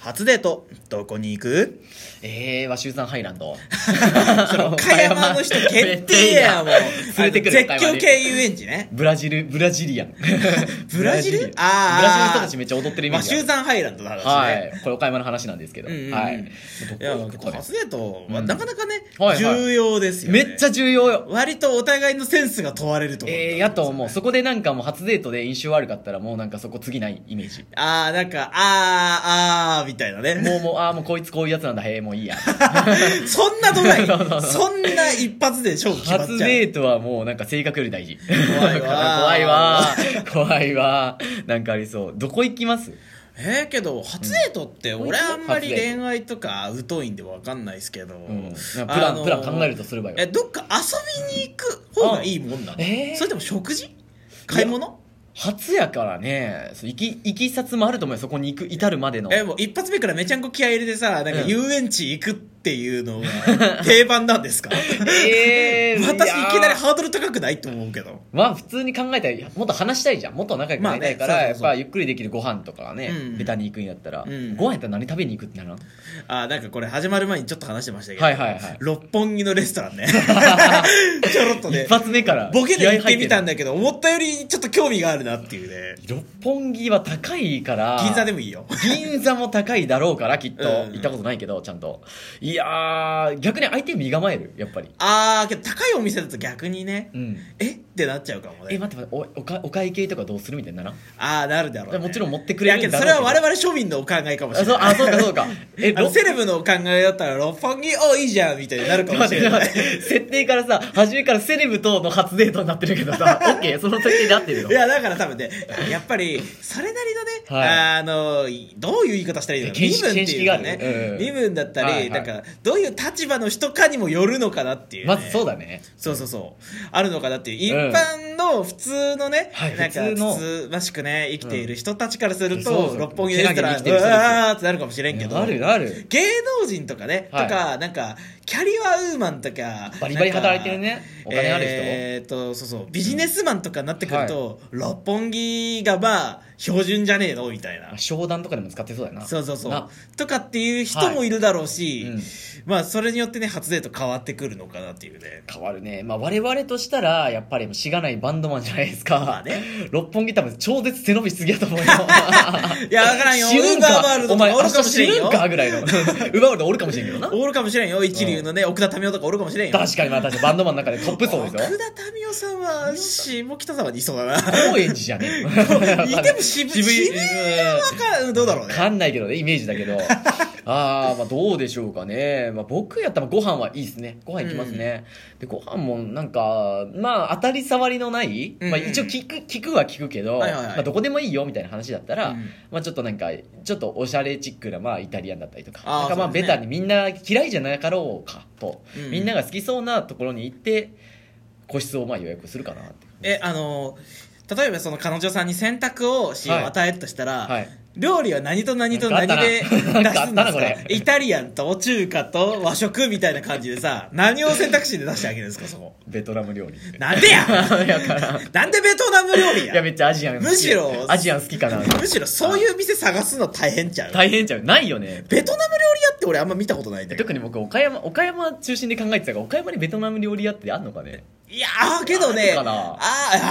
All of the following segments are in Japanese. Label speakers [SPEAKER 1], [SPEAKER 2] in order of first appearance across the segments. [SPEAKER 1] 初デート、どこに行く
[SPEAKER 2] えー、ワシューザンハイランド。
[SPEAKER 1] そ れ岡山の人決定やもう。
[SPEAKER 2] 連れてくる
[SPEAKER 1] あの絶叫系遊園地ね。
[SPEAKER 2] ブラジル、ブラジリアン。
[SPEAKER 1] ブラジル
[SPEAKER 2] ブラリアン
[SPEAKER 1] あー
[SPEAKER 2] ブラジルの人たちめっちゃ踊ってるイメー
[SPEAKER 1] マ
[SPEAKER 2] ジ
[SPEAKER 1] シ
[SPEAKER 2] あ
[SPEAKER 1] ュ
[SPEAKER 2] る
[SPEAKER 1] ー。ザンハイランドの話ね。
[SPEAKER 2] はいい。これ岡山の話なんですけど。
[SPEAKER 1] うんうんうん
[SPEAKER 2] はい。
[SPEAKER 1] や、
[SPEAKER 2] どこで
[SPEAKER 1] 初
[SPEAKER 2] す
[SPEAKER 1] デートはなかなかね、
[SPEAKER 2] うんはいはい
[SPEAKER 1] 重要ですよ
[SPEAKER 2] め
[SPEAKER 1] ね。
[SPEAKER 2] っちゃ重要よ。
[SPEAKER 1] 割とお互いのセンスが問われると思う。
[SPEAKER 2] えー、やと思う。そこでなんかもう初デートで印象悪かったらもうなんかそこ次ないイメージ。
[SPEAKER 1] あー、なんか、あー、あー、みたいなね。
[SPEAKER 2] もうもう、ああ、もうこいつこういうやつなんだ。へえ、もう いいや。
[SPEAKER 1] そんな度外
[SPEAKER 2] そうそうそう
[SPEAKER 1] そんな一発で勝負決まっ
[SPEAKER 2] 初
[SPEAKER 1] ちゃう。
[SPEAKER 2] デートはもうなんか性格より大事。
[SPEAKER 1] 怖いわ
[SPEAKER 2] 怖いわ。怖いわ。なんかありそう。どこ行きます
[SPEAKER 1] えー、けど、初デートって、俺あんまり
[SPEAKER 2] 初デート
[SPEAKER 1] 恋愛とか疎いんでわかんないですけど、
[SPEAKER 2] うん。なんか
[SPEAKER 1] あ
[SPEAKER 2] プラ
[SPEAKER 1] の
[SPEAKER 2] ン、
[SPEAKER 1] ー
[SPEAKER 2] プラン考えるとすればよ。
[SPEAKER 1] え、どっか遊びに行く方がいいもんなの
[SPEAKER 2] あえー
[SPEAKER 1] それとも食事買い物
[SPEAKER 2] 初やからね、そういき、いきさつもあると思うよ。そこに行く、至るまでの。
[SPEAKER 1] え、もう一発目からめちゃんこ気合い入れてさ、なんか
[SPEAKER 2] うん
[SPEAKER 1] 遊園地行くっていうの が定番なんですか
[SPEAKER 2] え
[SPEAKER 1] 私いきなり
[SPEAKER 2] やー
[SPEAKER 1] ハードル高くないと思うけど。
[SPEAKER 2] まあ普通に考えたらもっと話したいじゃんもっと仲良くなりたいから、
[SPEAKER 1] まあね
[SPEAKER 2] や
[SPEAKER 1] そうそうそ
[SPEAKER 2] っ
[SPEAKER 1] う
[SPEAKER 2] ぱゆっくりできるご飯とかはね、
[SPEAKER 1] うん
[SPEAKER 2] ベタに行くんやったら、
[SPEAKER 1] うん
[SPEAKER 2] ご飯やったら何食べに行くってなるの
[SPEAKER 1] あ、なんかこれ始まる前にちょっと話してましたけど、
[SPEAKER 2] はいはいはい
[SPEAKER 1] 六本木のレストラン ね。ちょろっとね
[SPEAKER 2] 一。発目から
[SPEAKER 1] ボケで行ってみたん
[SPEAKER 2] だ
[SPEAKER 1] だけど、思ったよりちょっと興味があるなっていうね。
[SPEAKER 2] 六本木は高いから
[SPEAKER 1] 銀座でもいいよ。
[SPEAKER 2] 銀座も高いだろうからきっと、
[SPEAKER 1] うん
[SPEAKER 2] 行ったことないけどちゃんといやー逆に相手身構えるやっぱり
[SPEAKER 1] あー、けど高いお店だと逆にね、
[SPEAKER 2] うん
[SPEAKER 1] えってなっちゃうかも
[SPEAKER 2] え
[SPEAKER 1] ね。
[SPEAKER 2] 待って待っておおかお会計とかどうするみたいにならん
[SPEAKER 1] あー、なるだろう、ね。
[SPEAKER 2] もちろん持ってくれる
[SPEAKER 1] いや
[SPEAKER 2] ん
[SPEAKER 1] け
[SPEAKER 2] だ
[SPEAKER 1] ど、そ
[SPEAKER 2] ろう
[SPEAKER 1] れ
[SPEAKER 2] けど
[SPEAKER 1] は我々庶民のお考えかもし
[SPEAKER 2] あ
[SPEAKER 1] れ
[SPEAKER 2] そう
[SPEAKER 1] ない。
[SPEAKER 2] あそうかそうかえ
[SPEAKER 1] あの
[SPEAKER 2] 六
[SPEAKER 1] セレブのお考えだったら六本木おいいじゃんみたいになるかもし
[SPEAKER 2] 待
[SPEAKER 1] れ
[SPEAKER 2] って
[SPEAKER 1] ない
[SPEAKER 2] 待って設定からさ初めからセレブとの初デートになってるけどさオッケーその設定で合ってるよ
[SPEAKER 1] いやだから多分ねやっぱりそれなりのね、
[SPEAKER 2] はい
[SPEAKER 1] あのどういう言い方したらいいのか
[SPEAKER 2] 見識
[SPEAKER 1] っていうか
[SPEAKER 2] 見識がある
[SPEAKER 1] ね
[SPEAKER 2] うん
[SPEAKER 1] 身分だったり、
[SPEAKER 2] はいはい
[SPEAKER 1] なんかどういう立場の人かにもよるのかなっていう、ね
[SPEAKER 2] まずそうだね
[SPEAKER 1] そうそうそうあるのかなっていう一
[SPEAKER 2] うん
[SPEAKER 1] 般の普通のね、
[SPEAKER 2] はい
[SPEAKER 1] なんか
[SPEAKER 2] 普通の
[SPEAKER 1] つつましくね生きている人たちからする
[SPEAKER 2] うん
[SPEAKER 1] と、
[SPEAKER 2] そう
[SPEAKER 1] 六本木の人ら
[SPEAKER 2] 手軽に生きてる人ですよ
[SPEAKER 1] うわーってなるかもしれんけど
[SPEAKER 2] あるある
[SPEAKER 1] 芸能人とかね、
[SPEAKER 2] はい
[SPEAKER 1] とかなんかキャリアウーマンとか
[SPEAKER 2] バリバリ働いてるね
[SPEAKER 1] なんか
[SPEAKER 2] お金ある人
[SPEAKER 1] えー、とそうそうビジネスマンとかになってくると、六本木がまあ標準じゃねえのみたいな
[SPEAKER 2] あ商談とかでも使ってそうだよな
[SPEAKER 1] そうそうそう
[SPEAKER 2] な
[SPEAKER 1] とかっていう人もいるだろうし、
[SPEAKER 2] はいうん
[SPEAKER 1] まあそれによってね初デート変わってくるのかなっていうね
[SPEAKER 2] 変わるね、まあ、我々としたらやっぱりもうしがないバンドマンじゃないですか、
[SPEAKER 1] まあね
[SPEAKER 2] 六本木多分超絶背伸びしすぎやと思う
[SPEAKER 1] い
[SPEAKER 2] よ
[SPEAKER 1] やわからんよ
[SPEAKER 2] 死ぬん
[SPEAKER 1] ウーバーワールド
[SPEAKER 2] か
[SPEAKER 1] とか
[SPEAKER 2] お前
[SPEAKER 1] お
[SPEAKER 2] 明
[SPEAKER 1] るかも
[SPEAKER 2] 日
[SPEAKER 1] しれ
[SPEAKER 2] 死
[SPEAKER 1] んよ
[SPEAKER 2] ぬんかぐらいの ウーバーワールドおるかもしれんけどな
[SPEAKER 1] おるかもしれんよ一流のね、奥田民生とかおるかもしれんよ
[SPEAKER 2] 確かにまあ確かにバンドマンの中でトップ層ですよ
[SPEAKER 1] 奥田民生さんは下北沢にいそうだな
[SPEAKER 2] 高円寺じゃねえ
[SPEAKER 1] いても渋渋
[SPEAKER 2] い
[SPEAKER 1] 渋谷はどうだろうね
[SPEAKER 2] わかんないけどね、イメージだけど。ああ、まあどうでしょうかね。まあ僕やったらご飯はいいですね。ご飯行きますね。で、ご飯もなんか、まあ当たり障りのない、
[SPEAKER 1] うんうん
[SPEAKER 2] まあ一応聞く、聞くは聞くけど、
[SPEAKER 1] はいはいはい
[SPEAKER 2] まあどこでもいいよみたいな話だったら、
[SPEAKER 1] うん
[SPEAKER 2] まあちょっとなんか、ちょっとおしゃれチックな、まあイタリアンだったりとか、
[SPEAKER 1] あー
[SPEAKER 2] なんかまあ
[SPEAKER 1] そうで
[SPEAKER 2] ベ
[SPEAKER 1] すね
[SPEAKER 2] タにみんな嫌いじゃなかろうかと、
[SPEAKER 1] うん
[SPEAKER 2] みんなが好きそうなところに行って、個室をまあ予約するかなって。
[SPEAKER 1] えあの例えばその彼女さんに選択をし
[SPEAKER 2] はい
[SPEAKER 1] 与えるとしたら、
[SPEAKER 2] はい。
[SPEAKER 1] 料理は何と何と何
[SPEAKER 2] なんかあったな
[SPEAKER 1] で出すんで
[SPEAKER 2] なんかあったな
[SPEAKER 1] す
[SPEAKER 2] こ
[SPEAKER 1] か
[SPEAKER 2] れ
[SPEAKER 1] イタリアンと中華と和食みたいな感じでさ何を選択肢で出してあげるんですかそこ
[SPEAKER 2] ベトナム料理。
[SPEAKER 1] なんで や
[SPEAKER 2] やから
[SPEAKER 1] なんでベトナム料理
[SPEAKER 2] いや
[SPEAKER 1] や
[SPEAKER 2] めっちゃアジアン好き
[SPEAKER 1] むしろ
[SPEAKER 2] アジアン好きかな
[SPEAKER 1] むしろそういう店探すの大変ちゃう
[SPEAKER 2] 大変ちゃうないよね
[SPEAKER 1] ベトナム料理屋って俺あんま見たことないんだけど
[SPEAKER 2] 特に僕岡山岡山中心で考えてたから岡山にベトナム料理屋ってあんのかね
[SPEAKER 1] いやーけどね
[SPEAKER 2] あるかな
[SPEAKER 1] あ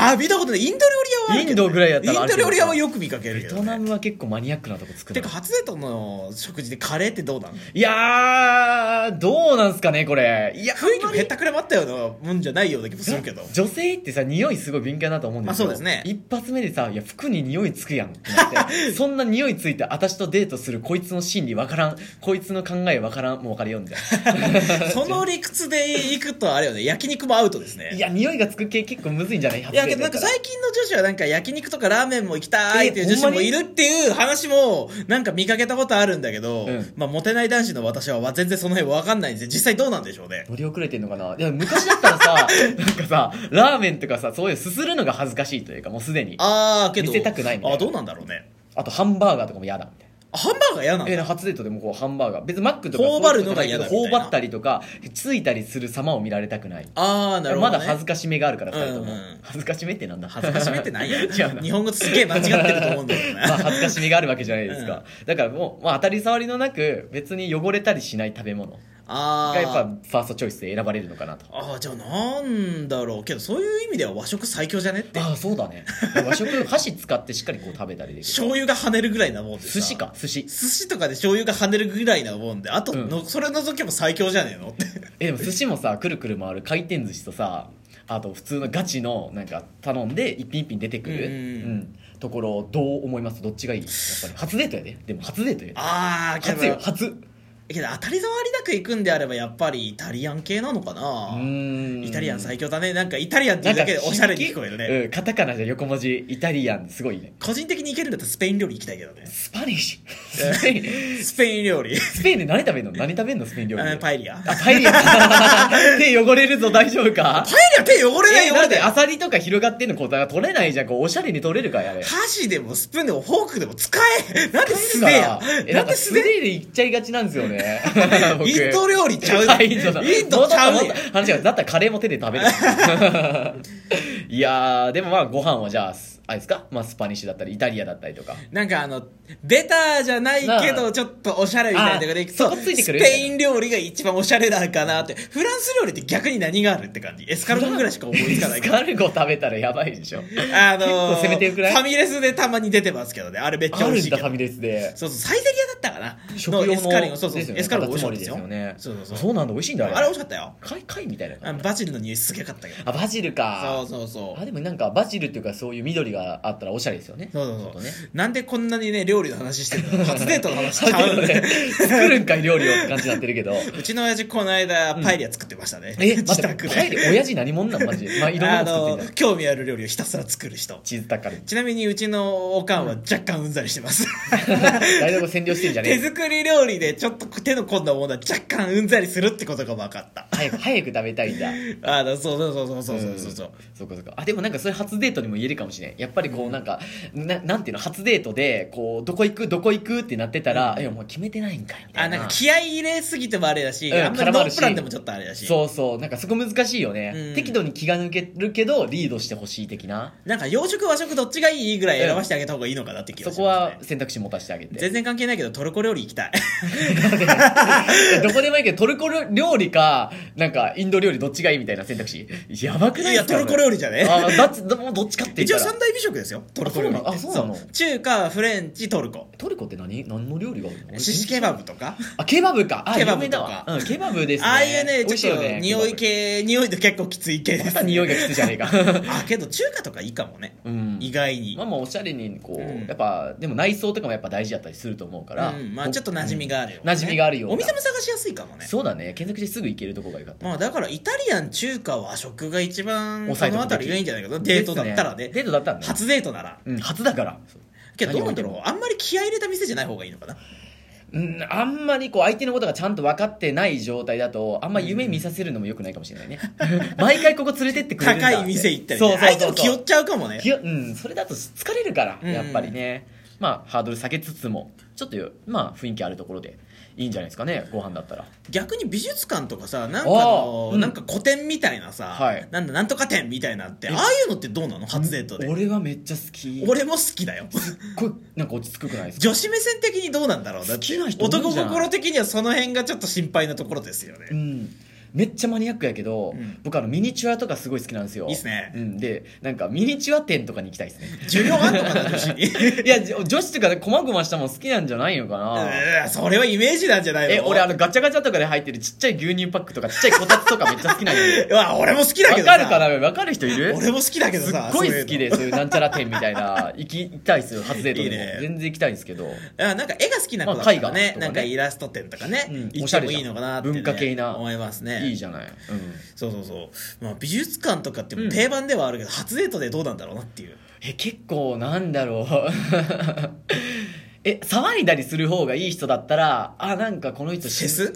[SPEAKER 1] ーあー見たことないインド料理屋はある
[SPEAKER 2] イ
[SPEAKER 1] け
[SPEAKER 2] ン
[SPEAKER 1] ど
[SPEAKER 2] ドぐらいやったら
[SPEAKER 1] イ
[SPEAKER 2] あ
[SPEAKER 1] ン
[SPEAKER 2] る
[SPEAKER 1] ド
[SPEAKER 2] けど
[SPEAKER 1] 料理屋はよく見かける
[SPEAKER 2] ベ
[SPEAKER 1] けど、
[SPEAKER 2] ト
[SPEAKER 1] ね、
[SPEAKER 2] ナムは結構マニアックなとこ作
[SPEAKER 1] て
[SPEAKER 2] る
[SPEAKER 1] か初デートの食事でカレーってどうなの
[SPEAKER 2] いやーどうなんすかねこれいや
[SPEAKER 1] 雰囲気もへったくれもあったようなもんじゃないような気もする けど
[SPEAKER 2] 女性ってさ匂いすごい敏感だと思うんですよ
[SPEAKER 1] まあそうですね
[SPEAKER 2] 一発目でさ「いや服に匂いつくやん」ってなっ てそんな匂いついて私とデートするこいつの心理わからんこいつの考えわからんもう分かるよ みたいな
[SPEAKER 1] その理屈で行くとあれよね焼肉もアウトですね
[SPEAKER 2] いや匂いがつく系結構むずいんじゃない
[SPEAKER 1] いやけどなんか最近の女子はなんか焼肉とかラーメンも行きたいっていう女子もいるっていう話もなんか見かけたことあるんだけど、
[SPEAKER 2] うん
[SPEAKER 1] まあモテない男子の私は全然その辺わかんないんですよ実際どうなんでしょうね
[SPEAKER 2] 乗り遅れてんのかないや昔だった らさなんかさラーメンとかさそういうすするのが恥ずかしいというかもうすでに
[SPEAKER 1] あ
[SPEAKER 2] あ
[SPEAKER 1] あけど
[SPEAKER 2] 見せたくないみたいな
[SPEAKER 1] あどうなんだろうね
[SPEAKER 2] とハンバーガーとかも嫌だみたいな
[SPEAKER 1] あハンバーガー嫌なの
[SPEAKER 2] えー初デートでもこうハンバーガー別にマックとか
[SPEAKER 1] 頬張るのが嫌だみたいな
[SPEAKER 2] 頬張ったりとかついたりする様を見られたくない
[SPEAKER 1] ああなるほど、ね、
[SPEAKER 2] まだ恥ずかしめがあるから2人とも、
[SPEAKER 1] うんうん
[SPEAKER 2] 恥ずかしめってなんだ
[SPEAKER 1] 恥ずかしめってないや
[SPEAKER 2] 違う な
[SPEAKER 1] 日本語すげえ間違ってると思うんだけど
[SPEAKER 2] まあ
[SPEAKER 1] な
[SPEAKER 2] 恥ずかしみがあるわけじゃないですか、だからもう、まあ、当たり障りのなく別に汚れたりしない食べ物
[SPEAKER 1] あ
[SPEAKER 2] がやっぱファーストチョイスで選ばれるのかなと
[SPEAKER 1] ああーじゃあなんだろうけどそういう意味では和食最強じゃねって
[SPEAKER 2] ああそうだね和食箸使ってしっかりこう食べたりできる
[SPEAKER 1] 醤油が跳ねるぐらいなもんでさ
[SPEAKER 2] 寿司か寿司
[SPEAKER 1] 寿司とかで醤油が跳ねるぐらいなもんであとの、
[SPEAKER 2] う
[SPEAKER 1] それ除けば最強じゃねえのって
[SPEAKER 2] えでも寿司もさくるくる回る回転寿司とさあと普通のガチのなんか頼んで一品一品出てくる、
[SPEAKER 1] うん
[SPEAKER 2] うんところどう思いますどっちがいいやっぱり初デートやででも初デートやで
[SPEAKER 1] ああけど
[SPEAKER 2] 初よ初
[SPEAKER 1] けど当たり障りなく行くんであればやっぱりイタリアン系なのかな、イ
[SPEAKER 2] イ
[SPEAKER 1] タリアン最強だねなんかイタリアンっていうだけでおしゃれに聞こえるね、
[SPEAKER 2] うん、カタカナじゃ横文字イタリアンすごいね
[SPEAKER 1] 個人的に行けるんだったらスペイン料理行きたいけどね
[SPEAKER 2] スパニッシュスペイン
[SPEAKER 1] スペイン料理
[SPEAKER 2] スペインで何食べんの何食べんのスペイン料理
[SPEAKER 1] あ
[SPEAKER 2] で
[SPEAKER 1] パエリア
[SPEAKER 2] あパエリア 手汚れるぞ大丈夫か
[SPEAKER 1] パエリア手汚れない
[SPEAKER 2] え
[SPEAKER 1] よ
[SPEAKER 2] な
[SPEAKER 1] 俺
[SPEAKER 2] んで
[SPEAKER 1] で
[SPEAKER 2] アサリとか広がってんの答えが取れないじゃんこうおしゃれに取れるからやれ
[SPEAKER 1] 箸でもスプーンでもフォークでも使えなんで素手や
[SPEAKER 2] え
[SPEAKER 1] な
[SPEAKER 2] なんん
[SPEAKER 1] で
[SPEAKER 2] か
[SPEAKER 1] 素
[SPEAKER 2] 素
[SPEAKER 1] 手
[SPEAKER 2] 手でいっちゃいがちなんです よね僕
[SPEAKER 1] インド料理ちゃう
[SPEAKER 2] あ
[SPEAKER 1] ね
[SPEAKER 2] インドだ
[SPEAKER 1] インドちゃうね
[SPEAKER 2] もっともっと話がだったらカレーも手で食 べるいやーでもまあご飯はじゃあすあれですか、まあ、スパニッシュだったりイタリアだったりとか
[SPEAKER 1] なんかあのベターじゃないけ
[SPEAKER 2] な
[SPEAKER 1] どちょっとおしゃれみたいなとこで行くと
[SPEAKER 2] あそこついてくる
[SPEAKER 1] スペイン料理が一番おしゃれだかなってフランス料理って逆に何があるって感じエスカルゴぐらいしか思いつかない
[SPEAKER 2] エスカルゴ食べたらやばいでしょ
[SPEAKER 1] あのー
[SPEAKER 2] 結構攻めてるくらい
[SPEAKER 1] ファミレスでたまに出てますけどねあれめっちゃ
[SPEAKER 2] あ
[SPEAKER 1] 美
[SPEAKER 2] る
[SPEAKER 1] 味し
[SPEAKER 2] ん
[SPEAKER 1] い
[SPEAKER 2] だ
[SPEAKER 1] け
[SPEAKER 2] フ
[SPEAKER 1] ど
[SPEAKER 2] ァミレスで
[SPEAKER 1] そうそう最適屋だったかな
[SPEAKER 2] 食用の
[SPEAKER 1] エスカルゴそうそう
[SPEAKER 2] ですよね
[SPEAKER 1] エスカルゴ美味しかった
[SPEAKER 2] カタツムリです
[SPEAKER 1] よ
[SPEAKER 2] よね
[SPEAKER 1] そうそうそ
[SPEAKER 2] そううなんだ美味しいんだあれ
[SPEAKER 1] あれ美味しかったよ
[SPEAKER 2] 貝貝みたいな
[SPEAKER 1] あ
[SPEAKER 2] 感
[SPEAKER 1] の
[SPEAKER 2] じ
[SPEAKER 1] バジルの匂いすげえよかったけど
[SPEAKER 2] あバジルか
[SPEAKER 1] そうそうそう
[SPEAKER 2] あでもなんかバジルっていうかそういう緑があったらおしゃれですよね
[SPEAKER 1] そうそうそう
[SPEAKER 2] ちょっとね
[SPEAKER 1] なんでこんなにね料理の話してるの初デートの話しちゃうのね
[SPEAKER 2] 作るんかい料理をって感じになってるけ ど
[SPEAKER 1] うちの親父この間パエリア作ってましたね、
[SPEAKER 2] え
[SPEAKER 1] 自宅
[SPEAKER 2] 待って
[SPEAKER 1] で
[SPEAKER 2] パエリ親父何者なんマジでまあいろんな
[SPEAKER 1] あ
[SPEAKER 2] の作って
[SPEAKER 1] の
[SPEAKER 2] んだ
[SPEAKER 1] 興味ある料理をひたすら作る人
[SPEAKER 2] チーズタッカルビ
[SPEAKER 1] ちなみにうちのおかんは若干うんざりしてます、
[SPEAKER 2] 台所占領してんじゃねえ
[SPEAKER 1] 手
[SPEAKER 2] よ
[SPEAKER 1] 作り料理でちょっと手の込んだものは若干うんざりするってことが分かった
[SPEAKER 2] 早く早く食べたいんだ
[SPEAKER 1] あのそうそうそうそうそうそうそう、
[SPEAKER 2] そうかそうかあでもなんかそれ初デートにも言えるかもしれんやっぱりこうなんか、ななんていうの初デートでこうどこ行くどこ行くってなってたら、いやもう決めてないんかいみた
[SPEAKER 1] あ
[SPEAKER 2] いな
[SPEAKER 1] なんか気合い入れすぎてもあれだし、
[SPEAKER 2] うん
[SPEAKER 1] あんまり
[SPEAKER 2] 絡
[SPEAKER 1] ノ
[SPEAKER 2] まる
[SPEAKER 1] ー
[SPEAKER 2] し
[SPEAKER 1] プランでもちょっとあれだし
[SPEAKER 2] そうそうなんかそこ難しいよね、
[SPEAKER 1] うん
[SPEAKER 2] 適度に気が抜けるけどリードしてほしい的な
[SPEAKER 1] なんか洋食和食どっちがいいぐらい選ばせてあげた方がいいのかなって気が
[SPEAKER 2] そ
[SPEAKER 1] します、ね、
[SPEAKER 2] こは選択肢持たせてあげて
[SPEAKER 1] 全然関係ないけどトルコ料理行きたい
[SPEAKER 2] どこでもいいけどトルコ料理かなんかインド料理どっちがいいみたいな選択肢やばく
[SPEAKER 1] い
[SPEAKER 2] ないで
[SPEAKER 1] や
[SPEAKER 2] すか
[SPEAKER 1] トルコ料理じゃね
[SPEAKER 2] あだっつもうどっちかって
[SPEAKER 1] 一
[SPEAKER 2] 言
[SPEAKER 1] 応
[SPEAKER 2] ったら
[SPEAKER 1] 三大美食ですよトルコ料理って
[SPEAKER 2] あそうなのあそうなの
[SPEAKER 1] そう中華フレンチトルコ
[SPEAKER 2] トルコって何何の料理があるの
[SPEAKER 1] シシケバブとか
[SPEAKER 2] あケバブかあ
[SPEAKER 1] ケ
[SPEAKER 2] ケ
[SPEAKER 1] バ
[SPEAKER 2] バ
[SPEAKER 1] ブ
[SPEAKER 2] ブ
[SPEAKER 1] と
[SPEAKER 2] だ
[SPEAKER 1] か
[SPEAKER 2] わ、うん、ケバブですね
[SPEAKER 1] ああいうね
[SPEAKER 2] 美味し
[SPEAKER 1] ちょっと
[SPEAKER 2] よね
[SPEAKER 1] 匂い
[SPEAKER 2] ケ
[SPEAKER 1] 系匂いで結構きつい系で
[SPEAKER 2] バ
[SPEAKER 1] す
[SPEAKER 2] ブ匂いがきついじゃねえか
[SPEAKER 1] あけど中華とかいいかもね、
[SPEAKER 2] うん
[SPEAKER 1] 意外に
[SPEAKER 2] まあまあおしゃれにこう、
[SPEAKER 1] うん
[SPEAKER 2] やっぱでも内装とかもやっぱ大事だったりすると思うから、
[SPEAKER 1] うん、まあちょっと馴染みがあるよ、
[SPEAKER 2] 馴染みがあるような
[SPEAKER 1] お店も探しやすいかもね
[SPEAKER 2] そうだね検索してすぐ行けるとこがよかった
[SPEAKER 1] まあだからイタリアン中華和食が一番こ
[SPEAKER 2] 抑えて
[SPEAKER 1] の
[SPEAKER 2] おく
[SPEAKER 1] 辺
[SPEAKER 2] べき
[SPEAKER 1] りがいいんじゃないかなデートだったらね
[SPEAKER 2] デートだったらね、
[SPEAKER 1] 初デートなら
[SPEAKER 2] うん、初だから
[SPEAKER 1] けどどうなんだろう
[SPEAKER 2] 何を
[SPEAKER 1] あんまり気合い入れた店じゃない方がいいのかな
[SPEAKER 2] うん、あんまりこう相手のことがちゃんと分かってない状態だとあんま夢見させるのもよくないかもしれないね 毎回ここ連れてってくれるんだ
[SPEAKER 1] 高
[SPEAKER 2] って
[SPEAKER 1] い店行ったり
[SPEAKER 2] そう
[SPEAKER 1] ね
[SPEAKER 2] そうそう
[SPEAKER 1] 相手も気負っちゃうかもね
[SPEAKER 2] 気をうんそれだと疲れるから
[SPEAKER 1] うん
[SPEAKER 2] やっぱりね、まあハードル下げつつもちょっとよまあ雰囲気あるところでいいんじゃないですかねご飯だったら
[SPEAKER 1] 逆に美術館とかさなんか
[SPEAKER 2] あ
[SPEAKER 1] の、
[SPEAKER 2] あうん
[SPEAKER 1] なんか古典みたいなさ、
[SPEAKER 2] はい
[SPEAKER 1] なんだなんとか展みたいなって
[SPEAKER 2] え
[SPEAKER 1] ああいうのってどうなの初デートで
[SPEAKER 2] 俺はめっちゃ好き
[SPEAKER 1] 俺も好き だよ
[SPEAKER 2] これなんか落ち着くくないですか
[SPEAKER 1] 女子目線的にどうなんだろうだっ
[SPEAKER 2] 好
[SPEAKER 1] て
[SPEAKER 2] きな人多いじゃん
[SPEAKER 1] 男心的にはその辺がちょっと心配なところですよね
[SPEAKER 2] うんめっちゃマニアックやけど、
[SPEAKER 1] うん
[SPEAKER 2] 僕あのミニチュアとかすごい好きなんですよ
[SPEAKER 1] いいっすね
[SPEAKER 2] うん、でなんかミニチュア店とかに行きたいですね
[SPEAKER 1] 需要あんのかな女子 に
[SPEAKER 2] いや、じょ女子とか、こまごましたもん好きなんじゃないのか
[SPEAKER 1] う
[SPEAKER 2] な。
[SPEAKER 1] ーんそれはイメージなんじゃないの。
[SPEAKER 2] え、俺、あの、ガチャガチャとかで入ってるちっちゃい牛乳パックとか、ちっちゃいこたつとかめっちゃ好きなんよ
[SPEAKER 1] うわ俺も好きだけ
[SPEAKER 2] わ
[SPEAKER 1] どさ
[SPEAKER 2] かるかなわかる人いる
[SPEAKER 1] 俺も好きだけど
[SPEAKER 2] すっ
[SPEAKER 1] さ
[SPEAKER 2] ごい好きで、
[SPEAKER 1] そう
[SPEAKER 2] そういうなんちゃら店みた いな、行きたいですよ、初デートでも。
[SPEAKER 1] いいね
[SPEAKER 2] 全然行きたいんですけど。
[SPEAKER 1] いうのあなんか絵が好きな子だったら
[SPEAKER 2] まあ
[SPEAKER 1] ね,、
[SPEAKER 2] 絵画とかね
[SPEAKER 1] なんかイラスト展とかね、
[SPEAKER 2] うん
[SPEAKER 1] 行
[SPEAKER 2] お
[SPEAKER 1] っ
[SPEAKER 2] しゃ
[SPEAKER 1] て
[SPEAKER 2] れ
[SPEAKER 1] も
[SPEAKER 2] じゃん
[SPEAKER 1] いいのかなって、ね、
[SPEAKER 2] 文化系な
[SPEAKER 1] 思いますね
[SPEAKER 2] いいじゃない。うん。
[SPEAKER 1] そうそうそう、まあ、美術館とかってもううん定番ではあるけど、初デートでどうなんだろうなっていう
[SPEAKER 2] え、結構、なんだろう。 え騒いだりする方がいい人だったらあなんかこの人
[SPEAKER 1] フェス
[SPEAKER 2] フ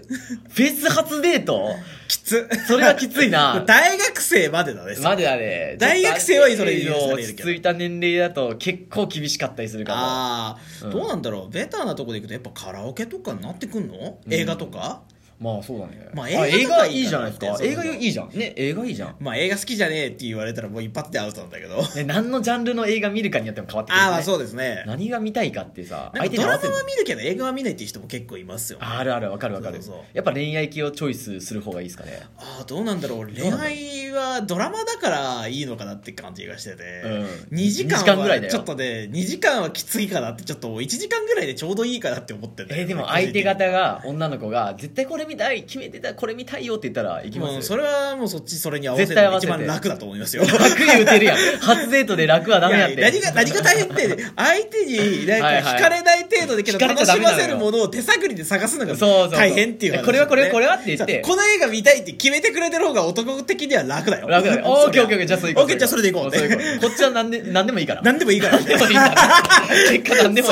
[SPEAKER 2] ェス初デート
[SPEAKER 1] きつ
[SPEAKER 2] それはきついな
[SPEAKER 1] 大学生までだねそれ
[SPEAKER 2] まであれ
[SPEAKER 1] 大学生はそれ許され
[SPEAKER 2] 落
[SPEAKER 1] る
[SPEAKER 2] ち
[SPEAKER 1] けど
[SPEAKER 2] 着いた年齢だと結構厳しかったりするか
[SPEAKER 1] ああ、
[SPEAKER 2] うん
[SPEAKER 1] どうなんだろうベターなとこでいくとやっぱカラオケとかになってくんの、
[SPEAKER 2] うん
[SPEAKER 1] 映画とか
[SPEAKER 2] もまあそうだね、
[SPEAKER 1] まあ
[SPEAKER 2] 映
[SPEAKER 1] 映
[SPEAKER 2] 画
[SPEAKER 1] 画
[SPEAKER 2] いいじゃないですか
[SPEAKER 1] とかいい
[SPEAKER 2] 映
[SPEAKER 1] んだ
[SPEAKER 2] 画
[SPEAKER 1] けど
[SPEAKER 2] いいじゃんね映画いいじゃん
[SPEAKER 1] まあ映画好きじゃねえって言われたらもう一発でアウトなんだ けどあ
[SPEAKER 2] ね何のジャンルの映画見るかによっても変わってくる、ね、
[SPEAKER 1] あまあそうですね
[SPEAKER 2] 何が見たいかってさ
[SPEAKER 1] なん
[SPEAKER 2] 相
[SPEAKER 1] か
[SPEAKER 2] 手
[SPEAKER 1] ド
[SPEAKER 2] に合
[SPEAKER 1] ラ
[SPEAKER 2] わせ
[SPEAKER 1] マ
[SPEAKER 2] る
[SPEAKER 1] は見るけど映画は見ないっていう人も結構いますよ
[SPEAKER 2] あるあるわかるわかる
[SPEAKER 1] そうそうそう
[SPEAKER 2] やっぱ恋愛系をチョイスする方がいいですかね
[SPEAKER 1] ああどうなんだろう
[SPEAKER 2] う
[SPEAKER 1] 恋
[SPEAKER 2] なんだろう
[SPEAKER 1] 愛はドラマだからいいのかなって感じがしてて、
[SPEAKER 2] うん
[SPEAKER 1] 2時間
[SPEAKER 2] 二時間ぐら
[SPEAKER 1] は
[SPEAKER 2] いだよ
[SPEAKER 1] ちょっとね2時間はきついかなってちょっと1時間ぐらいでちょうどいいかなって思ってんだ
[SPEAKER 2] え
[SPEAKER 1] よ
[SPEAKER 2] ー
[SPEAKER 1] ね
[SPEAKER 2] でも相手方が女の子が絶対これ見たい決めてたこれ見たいよって言ったら行きま
[SPEAKER 1] もう
[SPEAKER 2] す
[SPEAKER 1] それはもうそっちそれに合わせ
[SPEAKER 2] 絶
[SPEAKER 1] る
[SPEAKER 2] 対
[SPEAKER 1] の
[SPEAKER 2] 合
[SPEAKER 1] が
[SPEAKER 2] わせ
[SPEAKER 1] 一
[SPEAKER 2] て
[SPEAKER 1] 番楽だと思い ますよ
[SPEAKER 2] 楽言うてるやん初デートで楽はダメやっ
[SPEAKER 1] い
[SPEAKER 2] て
[SPEAKER 1] や何が何が大変って相手になん
[SPEAKER 2] はい
[SPEAKER 1] か
[SPEAKER 2] は
[SPEAKER 1] 惹
[SPEAKER 2] い
[SPEAKER 1] かれない程度でけど
[SPEAKER 2] 惹かれ
[SPEAKER 1] 楽
[SPEAKER 2] ちゃダ
[SPEAKER 1] し
[SPEAKER 2] メな
[SPEAKER 1] ま
[SPEAKER 2] のよ
[SPEAKER 1] せるものを手探りで探すのが
[SPEAKER 2] そうそうそう
[SPEAKER 1] 大変っていう話
[SPEAKER 2] これはこれこれはって言って
[SPEAKER 1] さこの映画見たいって決めてくれてる方が男的には楽だよ
[SPEAKER 2] 楽だねオ
[SPEAKER 1] そ
[SPEAKER 2] ー
[SPEAKER 1] り
[SPEAKER 2] ケーオーケーオーケーじゃあそれ
[SPEAKER 1] オーケーじゃあそれでいこうね
[SPEAKER 2] それでいこうこっちは何で何でもいい から
[SPEAKER 1] 何でもいいから
[SPEAKER 2] 何でもいいから結果何でもいいか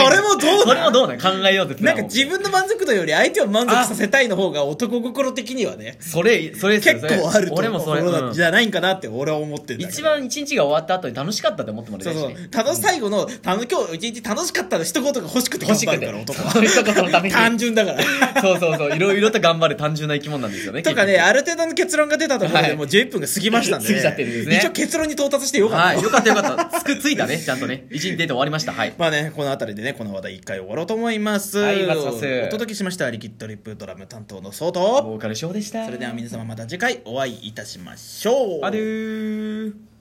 [SPEAKER 2] ら
[SPEAKER 1] それもどうなん
[SPEAKER 2] それもどうなん考えようって
[SPEAKER 1] なんか自分の満足度より相手を満足させたいの方が男心的にはね
[SPEAKER 2] それそれっすよ
[SPEAKER 1] 結
[SPEAKER 2] それ
[SPEAKER 1] 構あると
[SPEAKER 2] 俺もそれ、
[SPEAKER 1] ころ
[SPEAKER 2] う
[SPEAKER 1] なんじゃないんかなって俺は思ってるんだけど
[SPEAKER 2] 一番一日が終わった後に楽しかったって思ってもらい
[SPEAKER 1] そ
[SPEAKER 2] た
[SPEAKER 1] う
[SPEAKER 2] いし
[SPEAKER 1] そ
[SPEAKER 2] ね
[SPEAKER 1] う楽し最後のたの今日一日楽しかったの一言が欲しくて
[SPEAKER 2] 欲
[SPEAKER 1] 頑
[SPEAKER 2] し
[SPEAKER 1] 張る
[SPEAKER 2] くて
[SPEAKER 1] から男
[SPEAKER 2] そ
[SPEAKER 1] は
[SPEAKER 2] ういうことのために
[SPEAKER 1] 単純だ から
[SPEAKER 2] そうそうそういろいろと頑張る単純な生き物なんですよね
[SPEAKER 1] とかね、
[SPEAKER 2] 結局
[SPEAKER 1] ある程度の結論が出たところ
[SPEAKER 2] はい
[SPEAKER 1] で、もう11分が過ぎましたんで、
[SPEAKER 2] 過ぎちゃってるんですね
[SPEAKER 1] 一応結論に到達してよかった。
[SPEAKER 2] はいよかったよかったつくついたねちゃんとね一日デート終わりましたはい
[SPEAKER 1] まあね、この辺りでね、この話題一回終わろうと思います。
[SPEAKER 2] はいますます
[SPEAKER 1] お届けしました、リキッドリップドラム担当のソウト
[SPEAKER 2] ボーカルショーでした
[SPEAKER 1] それでは皆様また次回お会いいたしましょう。
[SPEAKER 2] あるー